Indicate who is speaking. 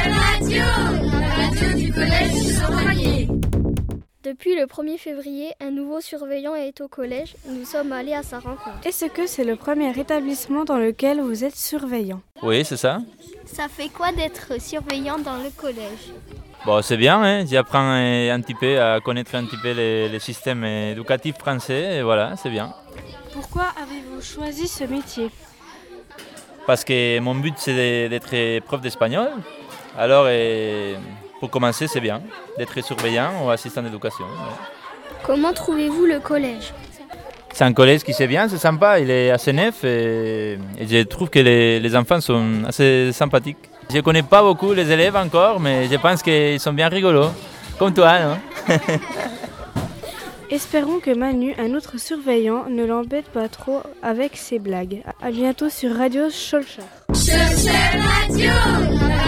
Speaker 1: Radio, la radio du collège Saint-Vallier.
Speaker 2: Depuis le 1er février, un nouveau surveillant est au collège. Nous sommes allés à sa rencontre.
Speaker 3: Est-ce que c'est le premier établissement dans lequel vous êtes surveillant
Speaker 4: Oui, c'est ça.
Speaker 2: Ça fait quoi d'être surveillant dans le collège
Speaker 4: Bon, c'est bien, hein, j'y apprends euh, un petit peu à connaître un petit peu les, les systèmes éducatifs français, et voilà, c'est bien.
Speaker 3: Pourquoi avez-vous choisi ce métier
Speaker 4: Parce que mon but, c'est de- d'être prof d'espagnol. Alors, euh, pour commencer, c'est bien d'être surveillant ou assistant d'éducation. ouais.
Speaker 2: Comment trouvez-vous le collège
Speaker 4: C'est un collège qui c'est bien, c'est sympa, il est assez neuf et, et je trouve que les, les enfants sont assez sympathiques. Je ne connais pas beaucoup les élèves encore, mais je pense qu'ils sont bien rigolos, comme toi, hein. non
Speaker 3: Espérons que Manu, un autre surveillant, ne l'embête pas trop avec ses blagues. À bientôt sur Radio Scholcher.
Speaker 1: Cherchez Radio, la